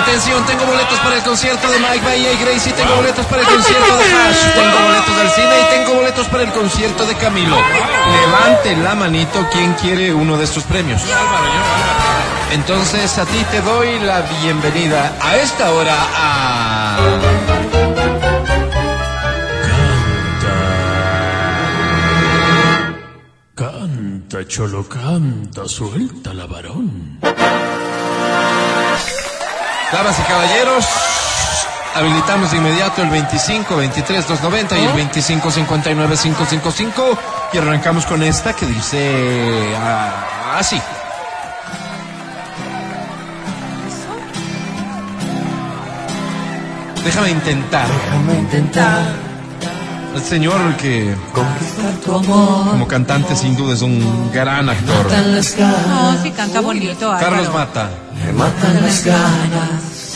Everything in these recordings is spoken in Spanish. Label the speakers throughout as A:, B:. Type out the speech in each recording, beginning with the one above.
A: Atención, tengo boletos para el concierto de Mike Valle y Gracie, tengo boletos para el concierto de Hash, tengo boletos del cine y tengo boletos para el concierto de Camilo. Levante la manito quien quiere uno de estos premios. Entonces a ti te doy la bienvenida a esta hora a...
B: Canta, cholo, canta, suelta la varón.
A: Damas y caballeros, habilitamos de inmediato el 25, 23, 290 y el 25, 59, 555 y arrancamos con esta que dice ah, así. Déjame intentar.
C: Déjame intentar
A: El señor que
C: conquistar tu amor.
A: como cantante sin duda es un gran actor.
C: Matan las ganas,
D: No, sí canta bonito, Álvaro.
A: Carlos Mata.
C: me matan las ganas.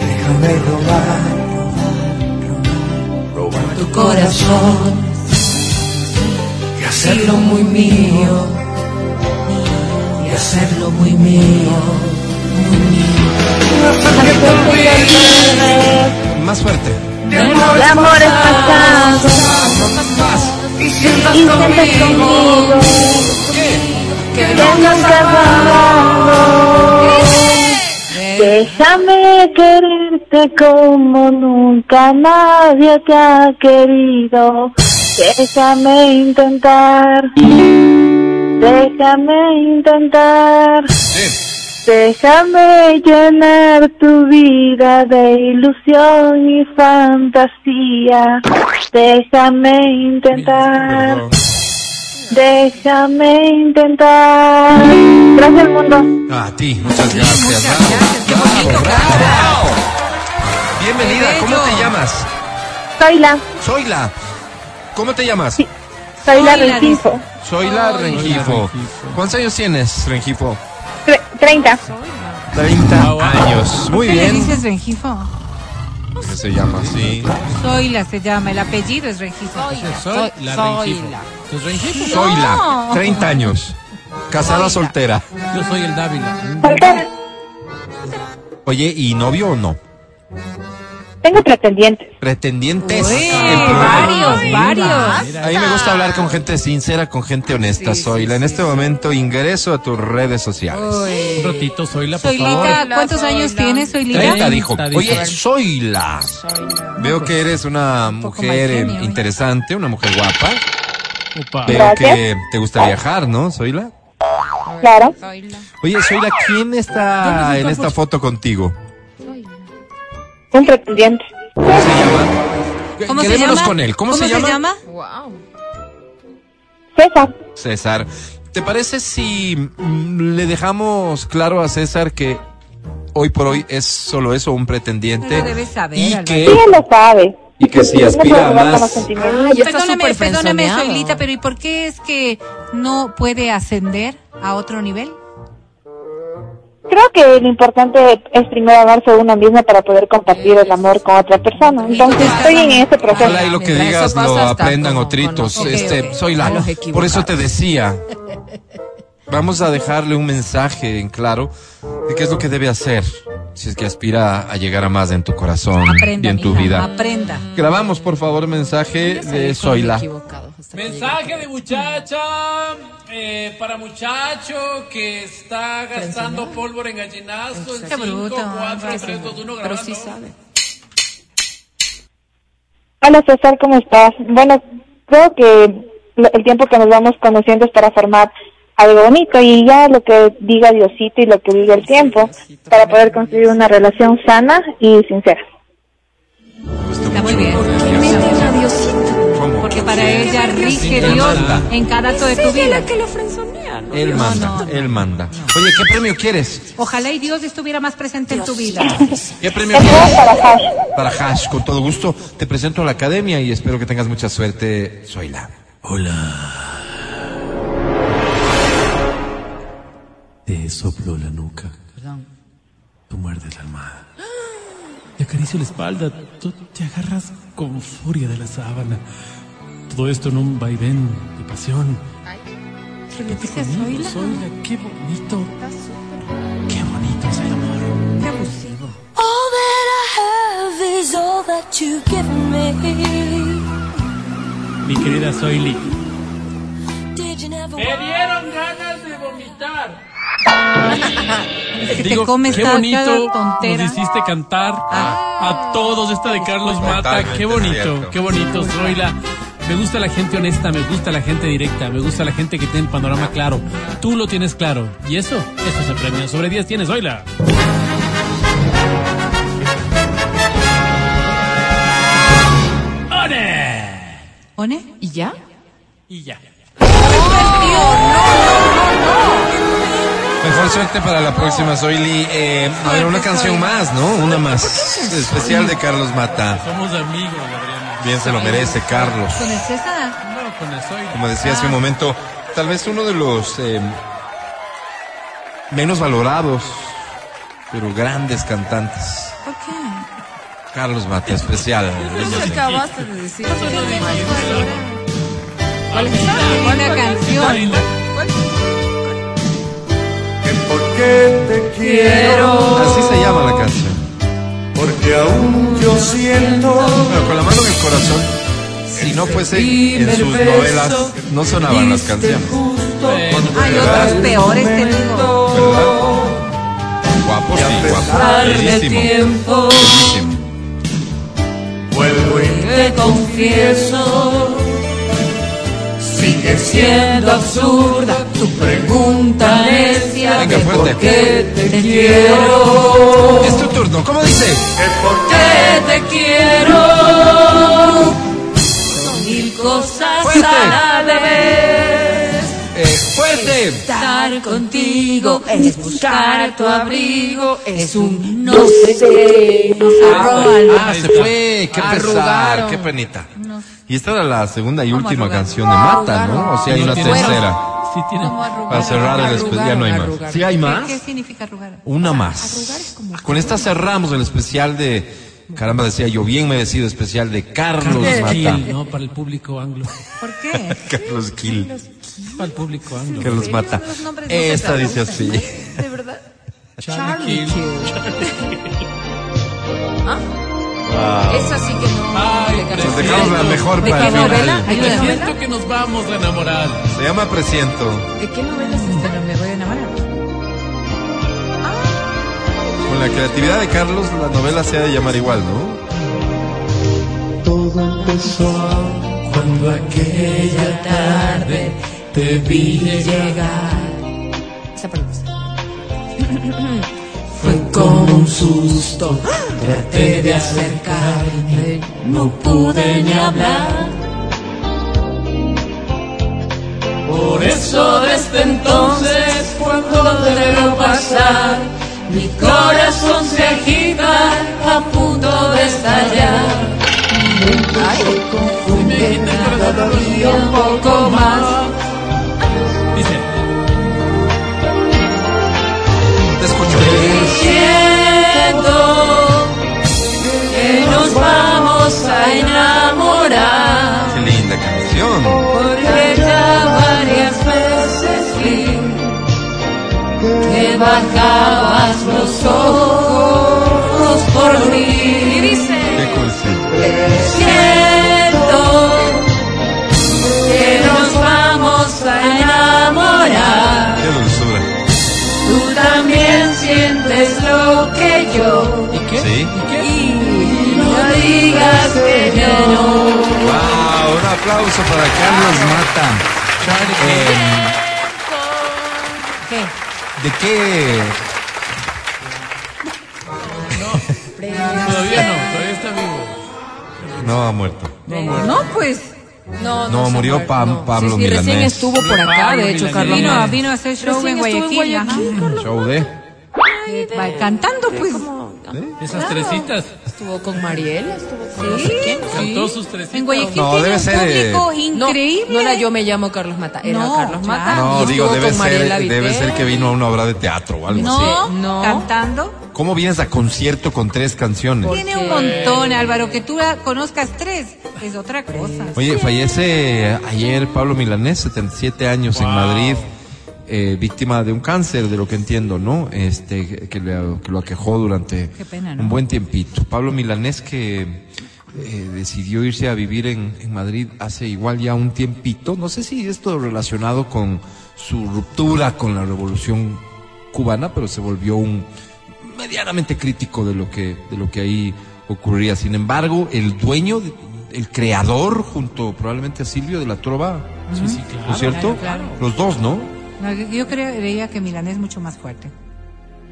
C: Déjame robar, robar tu corazón y hacerlo muy mío, y hacerlo muy mío.
A: Más fuerte.
E: El amor es pasado,
A: Más.
E: intentas conmigo, que nunca acabamos. Déjame quererte como nunca nadie te ha querido. Déjame intentar, déjame intentar.
A: Sí.
E: Déjame llenar tu vida de ilusión y fantasía. Déjame intentar.
A: Perdón.
E: Déjame intentar. Gracias, mundo.
A: A ti, muchas gracias.
D: muchas
A: bravo,
D: gracias, qué bonito,
A: bravo,
D: bravo.
A: bravo. Bienvenida,
D: Qué
A: ¿cómo
D: bello.
A: te llamas?
E: Soy la,
A: Soyla. ¿Cómo te llamas?
E: Sí. soy la
D: Soy la
E: del 5.
A: Soyla Rengifo. ¿Cuántos años tienes, Rengifo?
E: 30.
A: 30 años. Muy
D: ¿Qué le
A: bien.
D: dices Rengifo?
A: Se llama así.
D: Soyla se llama, el apellido es Rengifo.
F: Soy la Rengifo.
D: Soyla.
F: ¿Tú eres Rengifo?
A: Soyla, 30 años. Casada soltera.
F: Yo soy el Dávila.
E: Soltera.
A: Oye, ¿y novio o no?
E: Tengo pretendientes.
A: Pretendientes.
D: Uy,
C: Eh,
A: El programa.
D: varios, varios.
A: A mí me gusta hablar con gente sincera, con gente honesta,
D: Sí,
A: Soyla.
D: sí,
A: En
D: sí,
A: este momento ingreso a tus redes sociales.
F: Un
D: Uy.
F: ratito, soy la, por favor.
D: Soylita, ¿cuántos años tienes, Soylita?
A: 30 dijo.
F: 30 dijo.
A: Oye, Soyla. Veo que eres una
D: poco
A: mujer
D: mal
A: eh,
D: genio, ¿eh?
A: interesante, una mujer guapa.
F: Opa.
A: Veo
E: Gracias.
A: que te gusta viajar, ¿no, Soyla?
E: Claro.
D: Soyla.
A: Oye, Soyla, ¿quién está en esta foto contigo?
E: Un pretendiente.
A: ¿Cómo se llama?
D: ¿Cómo se
A: Quedémonos
D: llama?
A: con él. ¿Cómo, se, llama?
E: César.
A: César. ¿Te parece si mm, le dejamos claro a César que hoy por hoy es solo eso, un pretendiente?
D: Pero debes saber,
A: y
D: Álvaro.
E: Sí,
A: que,
E: él lo sabe.
A: y que si
E: No puedo
A: aspira a
E: jugar con los
A: más.
E: sentimientos.
G: ya está
D: Perdóname,
G: súper
D: perdóname,
G: frenzoneado.
D: Soylita, pero ¿y por qué es que no puede ascender a otro nivel?
E: Creo que lo importante es primero darse uno mismo para poder compartir el amor con otra persona. Entonces, estoy en ese proceso.
A: Ojalá y lo que
G: Mira,
A: digas
G: eso pasa
A: lo
G: hasta
A: aprendan
G: con-
A: otritos.
G: con los-
A: este,
D: ok, ok.
A: soy
G: A
A: la.
G: los
A: Por eso
G: equivocados.
A: te decía. Vamos a dejarle un mensaje en claro de qué es lo que debe hacer si es que aspira a llegar a más en tu corazón
D: Aprenda,
A: y en tu
D: mija,
A: vida.
D: aprenda.
A: Grabamos, por favor, mensaje de Soyla.
F: Mensaje de muchacha eh, para muchacho que está gastando pólvora en gallinazo en
D: Qué
F: 5,
D: bruto.
F: 4, 3, 2, 1
G: Pero
F: grabando.
G: sí sabe.
E: Hola César, ¿cómo estás? Bueno, creo que lo- el tiempo que nos vamos conociendo es para formar algo bonito y ya lo que diga Diosito y lo que diga el tiempo para poder construir una relación sana y sincera.
D: Está muy bien.
G: Meten a Diosito.
A: ¿Cómo?
D: Porque para ella rige Dios en cada acto de tu
G: Ella es
D: vida.
G: la que lo frenzonea, ¿no?
A: Él manda, él manda. Oye, ¿qué premio quieres?
D: Ojalá y Dios estuviera más presente en tu vida.
A: ¿Qué premio
E: Es
A: quieres?
E: todo para Hash.
A: Para Hash, con todo gusto, te presento a la academia y espero que tengas mucha suerte, Soyla.
B: Hola. Te sopló la nuca. Perdón. Tú muerdes la almohada. Te acaricio la espalda, tú te agarras con furia de la sábana. Todo esto en un vaivén de pasión.
D: ¿Qué dices,
B: Conmigo,
D: Zoila?
B: Zoila, qué bonito. Qué bonito es el amor.
D: Qué abusivo.
G: All that I have is all that you give me.
B: Mi querida Soili,
G: Did you never
F: Me dieron ganas de vomitar.
D: Es que
B: digo,
D: te comes
B: qué
D: cada,
B: bonito
D: cada tontera. Ah.
B: nos hiciste cantar a, a todos esta de Carlos Mata.
A: Totalmente
B: Qué bonito,
A: cierto.
B: qué bonito, Zoila. Me gusta la gente honesta, me gusta la gente directa, me gusta la gente que tiene el panorama claro. Tú lo tienes claro. Y eso, eso se premia. Sobre 10 tienes, Zoila. ¡One!
D: ¿One?
H: ¿Y ya?
B: Y ya.
A: Mejor suerte para la próxima, Soyli. Eh, habrá una canción más, ¿no? Una más. Especial de Carlos Mata.
B: Somos amigos, Adriana.
A: Bien se lo merece, Carlos.
D: ¿Con el César?
B: No, con el Zoila.
A: Como decía hace un momento, tal vez uno de los eh, menos valorados, pero grandes cantantes.
H: ¿Por qué?
A: Carlos Mata, especial.
H: Nos acabaste de decir.
D: Una canción.
I: que porque te quiero,
A: Así se llama la canción.
I: porque aún yo siento
A: Pero con la mano en el corazón. Si no fuese en sus novelas, no sonaban las canciones.
F: Eh,
D: Hay otros peores, te digo.
A: Guapo, sí, guapo. Bellísimo.
C: tiempo
A: Bellísimo.
I: vuelvo y
F: eh.
C: te confieso sigue siendo absurda tu pregunta necia
A: Venga,
C: de
A: fuerte.
C: por qué te quiero
A: Es tu turno, ¿cómo dice?
C: que te quiero son mil cosas
A: Fuerte.
C: a la vez
A: Eh, fuerte.
C: estar contigo es buscar tu abrigo es un no sé
A: Ah, se fue. Qué pesar, qué penita. Y esta era la segunda y última canción de Mata, ¿no? O sea, hay una tercera.
B: Sí, tiene.
D: Como arrugar.
A: Para cerrar el especial, ya no hay más. ¿Sí hay
D: ¿Qué, qué significa arrugar?
A: Una más. Con esta cerramos el especial de, caramba, decía yo, bien merecido especial de Carlos Mata.
B: Gil, no, para el público anglo.
D: ¿Por qué?
A: Carlos Gil.
B: Para el público anglo.
A: Carlos Mata.
D: Los nombres no se
A: Esta dice así.
H: De verdad.
B: Charlie Kill.
H: Esa sí que no.
F: Ay,
A: Nos dejamos la mejor
H: ¿De
A: para
H: qué
A: el
H: novela?
A: final.
H: ¿Hay una novela?
F: Siento que nos vamos a enamorar.
A: Se llama Presiento.
H: ¿De qué novela es esta? No me voy a enamorar.
A: Con la creatividad de Carlos, la novela se ha de llamar igual, ¿no?
I: todo empezó cuando aquella tarde te vi
C: llegar
H: Esa pregunta.
C: fue como un susto traté de acercarme no pude ni hablar por eso desde entonces cuando te veo pasar mi corazón se agita a punto de estallar
F: Me quité el corazón.
C: y un poco más
B: Dice.
A: Te escucho.
C: Siento que nos vamos a enamorar
A: Qué linda canción.
C: porque ya varias veces vi que bajabas los ojos por mí.
A: Qué cursi.
C: Siento que nos vamos a enamorar.
A: Qué dulzura.
C: Tú también sientes lo que yo.
A: ¿Sí?
C: Y no digas que no.
A: Wow, un aplauso para Carlos Mata. Eh,
D: ¿Qué?
A: ¿De qué?
F: Todavía no, todavía está vivo.
A: No, ha muerto.
H: No, pues.
A: No, murió Pa- Pablo
H: Sí, sí, recién
A: Milanés.
H: estuvo por acá, de hecho, Carlos.
D: Vino,
H: Mata.
D: vino a hacer show
H: Recién
D: en
H: estuvo en
D: Guayaquil.
H: Guayaquil,
D: ajá.
A: Show de.
D: Va Cantando, pues.
F: Esas tresitas.
H: Estuvo con Mariela, estuvo con no sé quién.
F: Cantó sus tresitas.
D: En Guayaquil
A: No,
D: tiene
A: debe
D: un
A: ser, eh,
D: público
H: No,
D: increíble.
H: No era yo me llamo Carlos Mata, era
D: No,
H: Carlos Mata.
D: claro.
H: y
A: No,
H: Ah, estuvo
A: digo, debe
H: con Mariela
A: ser, debe
H: Viteri.
A: ser que vino a una obra de teatro o algo así.
D: No,
H: No.
D: cantando.
A: ¿Cómo vienes a concierto con tres canciones?
D: Tiene un montón, Álvaro, que tú ah, conozcas tres, es otra cosa.
H: este
A: Oye, fallece ayer Pablo Milanés, 77 años en Madrid, eh, víctima de un cáncer, de lo que entiendo, ¿no? Este, que, le- que lo aquejó durante
D: Qué pena, ¿no?
A: un buen tiempito. Pablo Milanés que eh, decidió irse a vivir en, en Madrid hace igual ya un tiempito. No sé si esto relacionado con su ruptura con la revolución cubana, pero se volvió un medianamente crítico de lo que, de lo que ahí ocurría. Sin embargo, el dueño, de- el creador, junto probablemente a Silvio de la Trova,
B: Sí, sí,
A: ¿no es
B: claro.
A: cierto?
D: claro, claro.
A: Los dos, ¿no?
D: No, yo- yo creo- creía que Milanés es mucho más fuerte.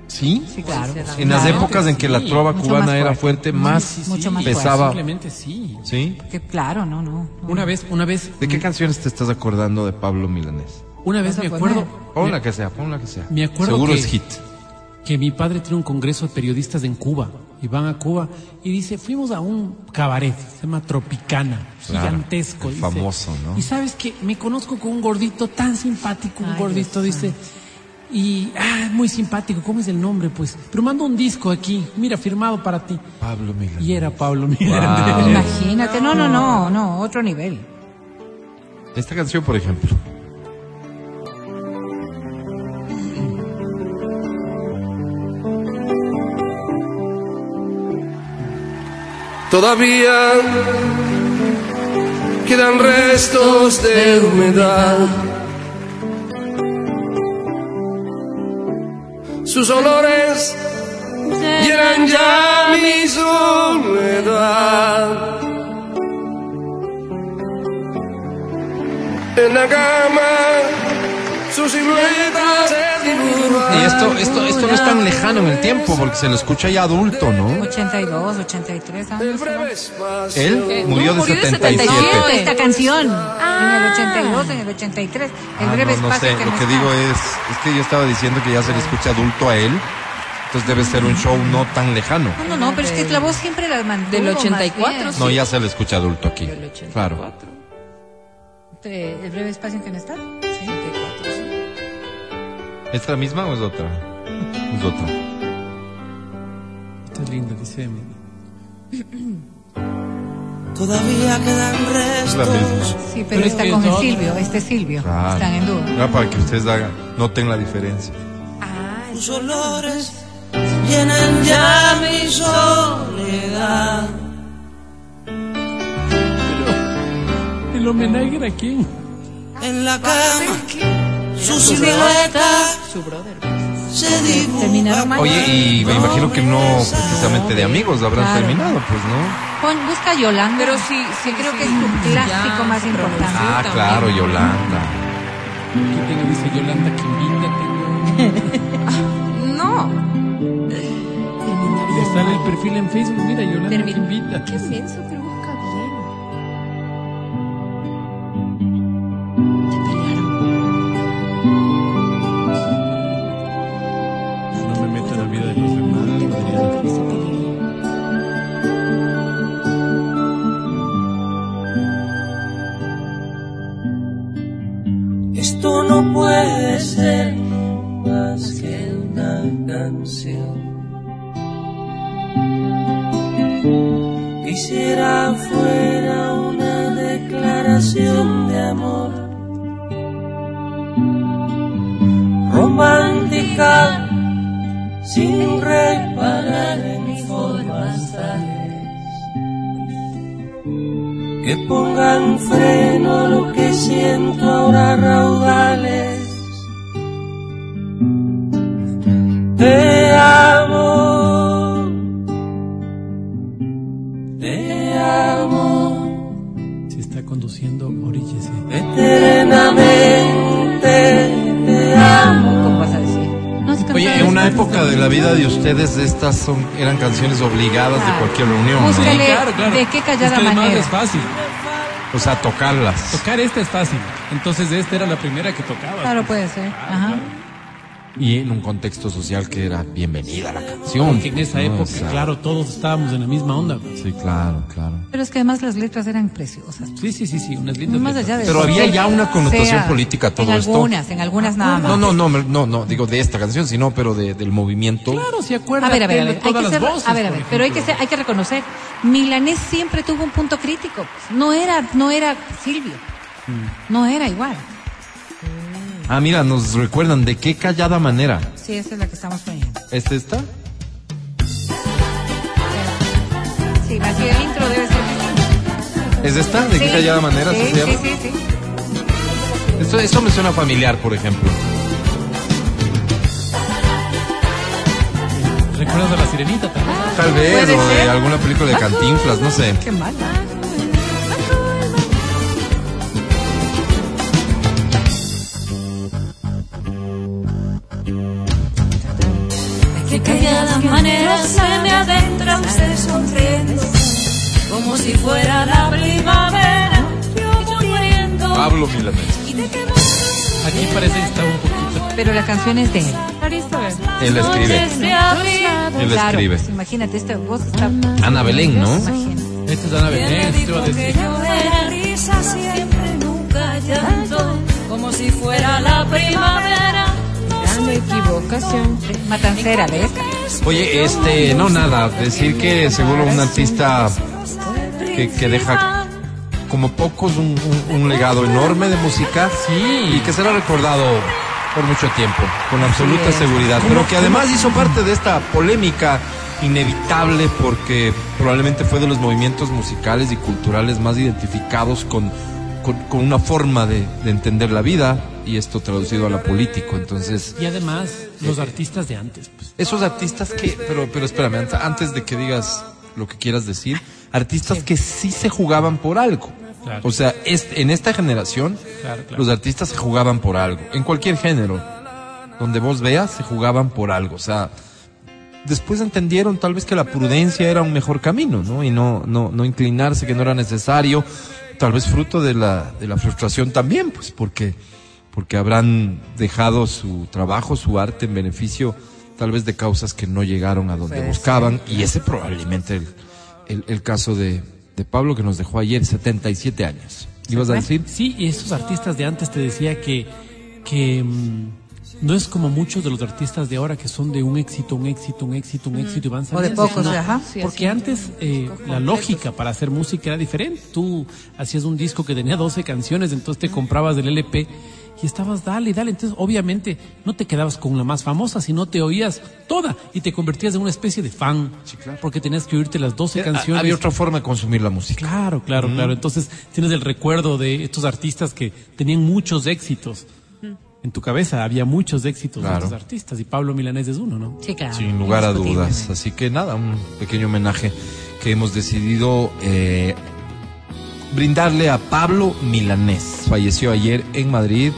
A: Sí.
D: Sí, claro.
A: En las
D: Claro
A: épocas en que la
B: sí.
A: trova
D: Mucho
A: cubana
D: más
A: era
D: fuerte.
A: fuerte, más
D: Sí, sí, Mucho más
A: pesaba.
B: Simplemente sí.
A: ¿Sí?
D: Que claro, no, no. no.
B: Una vez, una vez,
A: ¿De qué canciones te estás acordando de Pablo Milanés?
B: una vez me
D: Vas a
B: acuerdo
A: Pon la que sea, pon la que sea.
B: Me acuerdo
A: Seguro
B: que-
A: es hit.
B: que mi padre tiene un congreso de periodistas en Cuba y van a Cuba y dice, fuimos a un cabaret, se llama Tropicana,
A: Claro,
B: gigantesco.
A: el
B: dice.
A: famoso, ¿no?
B: Y sabes que me conozco con un gordito tan simpático, un
H: Ay,
B: gordito,
H: Dios
B: dice, y, ah, muy simpático, ¿cómo es el nombre? Pues, pero mando un disco aquí, mira, firmado para ti.
A: Pablo Milanés.
B: Y era Pablo Miranda.
D: Imagínate, no, no, no, no, otro nivel.
A: Esta canción, por ejemplo.
I: Todavía quedan restos de humedad. Sus olores llenan ya mi soledad. En la cama sus siluetas se dibujan.
A: Y esto, esto, esto no es tan lejano en el tiempo, porque se lo escucha ya adulto, ¿no?
D: 82, 83
I: El
D: años.
I: breve espacio.
A: Él murió de
H: murió de
A: 77.
H: 77.
D: No, esta canción. En el 82, en el 83. El
A: Ah,
D: breve
A: no, no
D: espacio
A: sé,
D: que
A: lo
D: nos
A: que
D: da.
A: digo es, es que yo estaba diciendo que ya se le escucha adulto a él, entonces debe ser un show no tan lejano.
D: No, no, no, pero es que la voz siempre la mantuvo.
H: Del
D: más
H: 84,
D: bien.
A: No, ya se le escucha adulto aquí.
H: Del 84.
A: Claro.
D: Eh, El breve espacio en que no está.
A: ¿Es la misma o es otra? Es otra.
B: Está linda, dice.
C: Todavía quedan
A: Es la
C: restos.
A: misma.
D: Sí, pero,
B: Pero es
D: está
B: que
D: con
B: es
D: el
B: otro.
D: Silvio, este es Silvio.
A: Claro.
D: Están en dúo.
A: Era para que ustedes hagan, noten la diferencia.
C: Sus olores llenan ya mi soledad.
B: ¿El homenaje era quién?
C: En la cama sus siluetas
H: Su brother.
C: se
D: Terminaron
C: dibujan.
D: mal.
A: Oye, y me imagino que no precisamente de amigos habrán
D: pues, Claro.
A: terminado, pues, ¿no?
D: Pon- busca Yolanda.
H: Pero sí, sí,
D: creo
H: sí,
D: que es tu
H: sí, ya
D: clásico más
H: se
D: importante.
H: pronunció.
A: Ah,
H: también.
A: claro, Yolanda.
B: Aquí tengo, dice Yolanda Quimbinda. tengo-
H: No.
B: Le sale el perfil en Facebook, mira, Yolanda
H: Termina.
B: Quimbinda.
H: Qué menso, pero busca bien.
B: No me meto en la vida de los demás.
C: Esto no puede ser más que una canción. Quisiera fuera una declaración de amor romántica, sin reparar en mis formas tales que pongan freno a lo que siento ahora a raudales. Te amo, te amo
B: Se está conduciendo, oríllese.
C: eternamente, te amo.
D: ¿Cómo vas a decir? No, es que
A: Oye,
D: no
A: en una
D: es-
A: época de la vida de ustedes, estas son, eran canciones obligadas de cualquier reunión,
D: Búscale.
A: ¿no?
D: De- de qué callada
B: es que además
D: manera.
B: Este es fácil. este
A: O sea, tocarlas.
B: Tocar esta es fácil. Entonces esta era la primera que tocaba.
D: Claro, puede ser. Ajá.
A: y en un contexto social que era bienvenida la canción.
B: Porque en esa
A: ¿no?
B: época,
A: O sea,
B: claro, todos estábamos en la misma onda. güey.
A: Sí, claro, claro.
D: Pero es que además las letras eran preciosas.
B: Sí, sí, sí, sí, unas lindas.
D: Más allá de
B: letras.
A: Pero
D: eso,
A: había
D: que
A: ya una connotación
D: Pues, sea-
A: política a todo
D: en
A: esto.
D: Algunas, en algunas nada más.
A: No, no, no, me- no, no, digo de esta canción, sino pero de- del movimiento.
B: Claro, sí,
D: A
B: acuérdate
D: ver, a ver, a
B: de
D: ver. Hay
B: todas
D: que
B: las
D: ser-
B: voces.
D: a ver, a
B: por
D: ver, pero hay que,
B: ejemplo.
D: ser- hay que reconocer, Milanés siempre tuvo un punto crítico. No era, no era Silvio.
A: Mm.
D: No era igual.
A: Ah, mira, nos recuerdan de qué callada manera.
D: Sí, esa es la que estamos poniendo.
A: ¿Es esta?
D: Sí, la que el intro debe ser.
A: ¿Es esta? ¿De qué
D: Sí.
A: callada manera?
D: Sí,
A: ¿Sí se llama?
D: sí, sí, sí.
A: Esto, esto me suena familiar, por ejemplo.
B: ¿Recuerdas a la sirenita también?
A: Tal vez,
D: ¿Puede
A: o de
D: ser?
A: alguna película de Cantinflas, no sé.
D: Ah, Qué mal.
G: Que callada manera se me adentra usted sonriendo Como si fuera la primavera Yo muriendo
A: Pablo Milanés.
G: Y de que
D: Ah,
G: vos
B: Aquí parece que estaba un poquito.
D: Pero la canción es de él.
A: Él
G: las
A: escribe.
G: noches de abril
A: Él
D: Claro,
A: escribe.
D: pues, imagínate, esta voz está.
A: Ana Belén, ¿no?
D: Imagínate.
B: Esta es Ana
G: ¿Quién me
B: Belén, te iba
G: dijo
B: a
G: que
B: decir.
G: yo era risa siempre, nunca llanto? Como si fuera la primavera No soy
H: equivocación.
D: Matancera, ¿ves?
A: Oye, este, no nada, decir que seguro un artista que, que deja como pocos un, un- un legado enorme de música
B: Sí.
A: y que será recordado por mucho tiempo, con absoluta seguridad, pero que además hizo parte de esta polémica inevitable porque probablemente fue de los movimientos musicales y culturales más identificados con, con, con una forma de, de entender la vida y esto traducido a la político, entonces...
B: Y además, los artistas de antes, pues.
A: Esos artistas que, pero, pero espérame, ant- antes de que digas lo que quieras decir, artistas que sí se jugaban por algo.
B: Claro.
A: O sea, est- en esta generación,
B: Claro, claro.
A: los artistas se jugaban por algo. En cualquier género, donde vos veas, se jugaban por algo. O sea, después entendieron tal vez que la prudencia era un mejor camino, ¿no? Y no, no, no inclinarse, que no era necesario. Tal vez fruto de la, de la frustración también, pues, porque, porque habrán dejado su trabajo, su arte en beneficio, tal vez de causas que no llegaron a donde buscaban. Y ese probablemente el, el, el caso de, de Pablo que nos dejó ayer, 77 años. ¿Ibas a decir?
B: Sí, y esos artistas de antes te decía que, que mm, no es como muchos de los artistas de ahora que son de un éxito, un éxito, un éxito, un éxito y van saliendo.
D: pocos,
B: No,
D: ajá.
B: Porque antes eh, la lógica para hacer música era diferente. Tú hacías un disco que tenía 12 canciones, entonces te comprabas el LP y estabas dale, dale. Entonces, obviamente, no te quedabas con la más famosa, sino te oías toda y te convertías en una especie de fan. Porque tenías que oírte las 12
A: Ah,
B: canciones.
A: Había otra forma de consumir la música.
B: Claro, claro, claro. Entonces tienes el recuerdo de estos artistas que tenían muchos éxitos. En tu cabeza había muchos éxitos
A: Claro.
B: de estos artistas y Pablo Milanés es uno, ¿no?
D: Sí, claro.
A: Sin lugar a
D: Indiscutible.
A: dudas. Así que nada, un pequeño homenaje que hemos decidido eh, brindarle a Pablo Milanés. Falleció ayer en Madrid,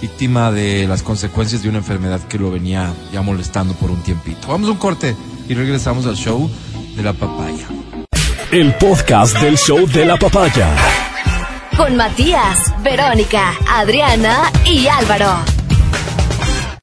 A: víctima de las consecuencias de una enfermedad que lo venía ya molestando por un tiempito. Vamos a un corte y regresamos al show de la papaya.
J: El podcast del show de la papaya.
K: Con Matías, Verónica, Adriana y Álvaro.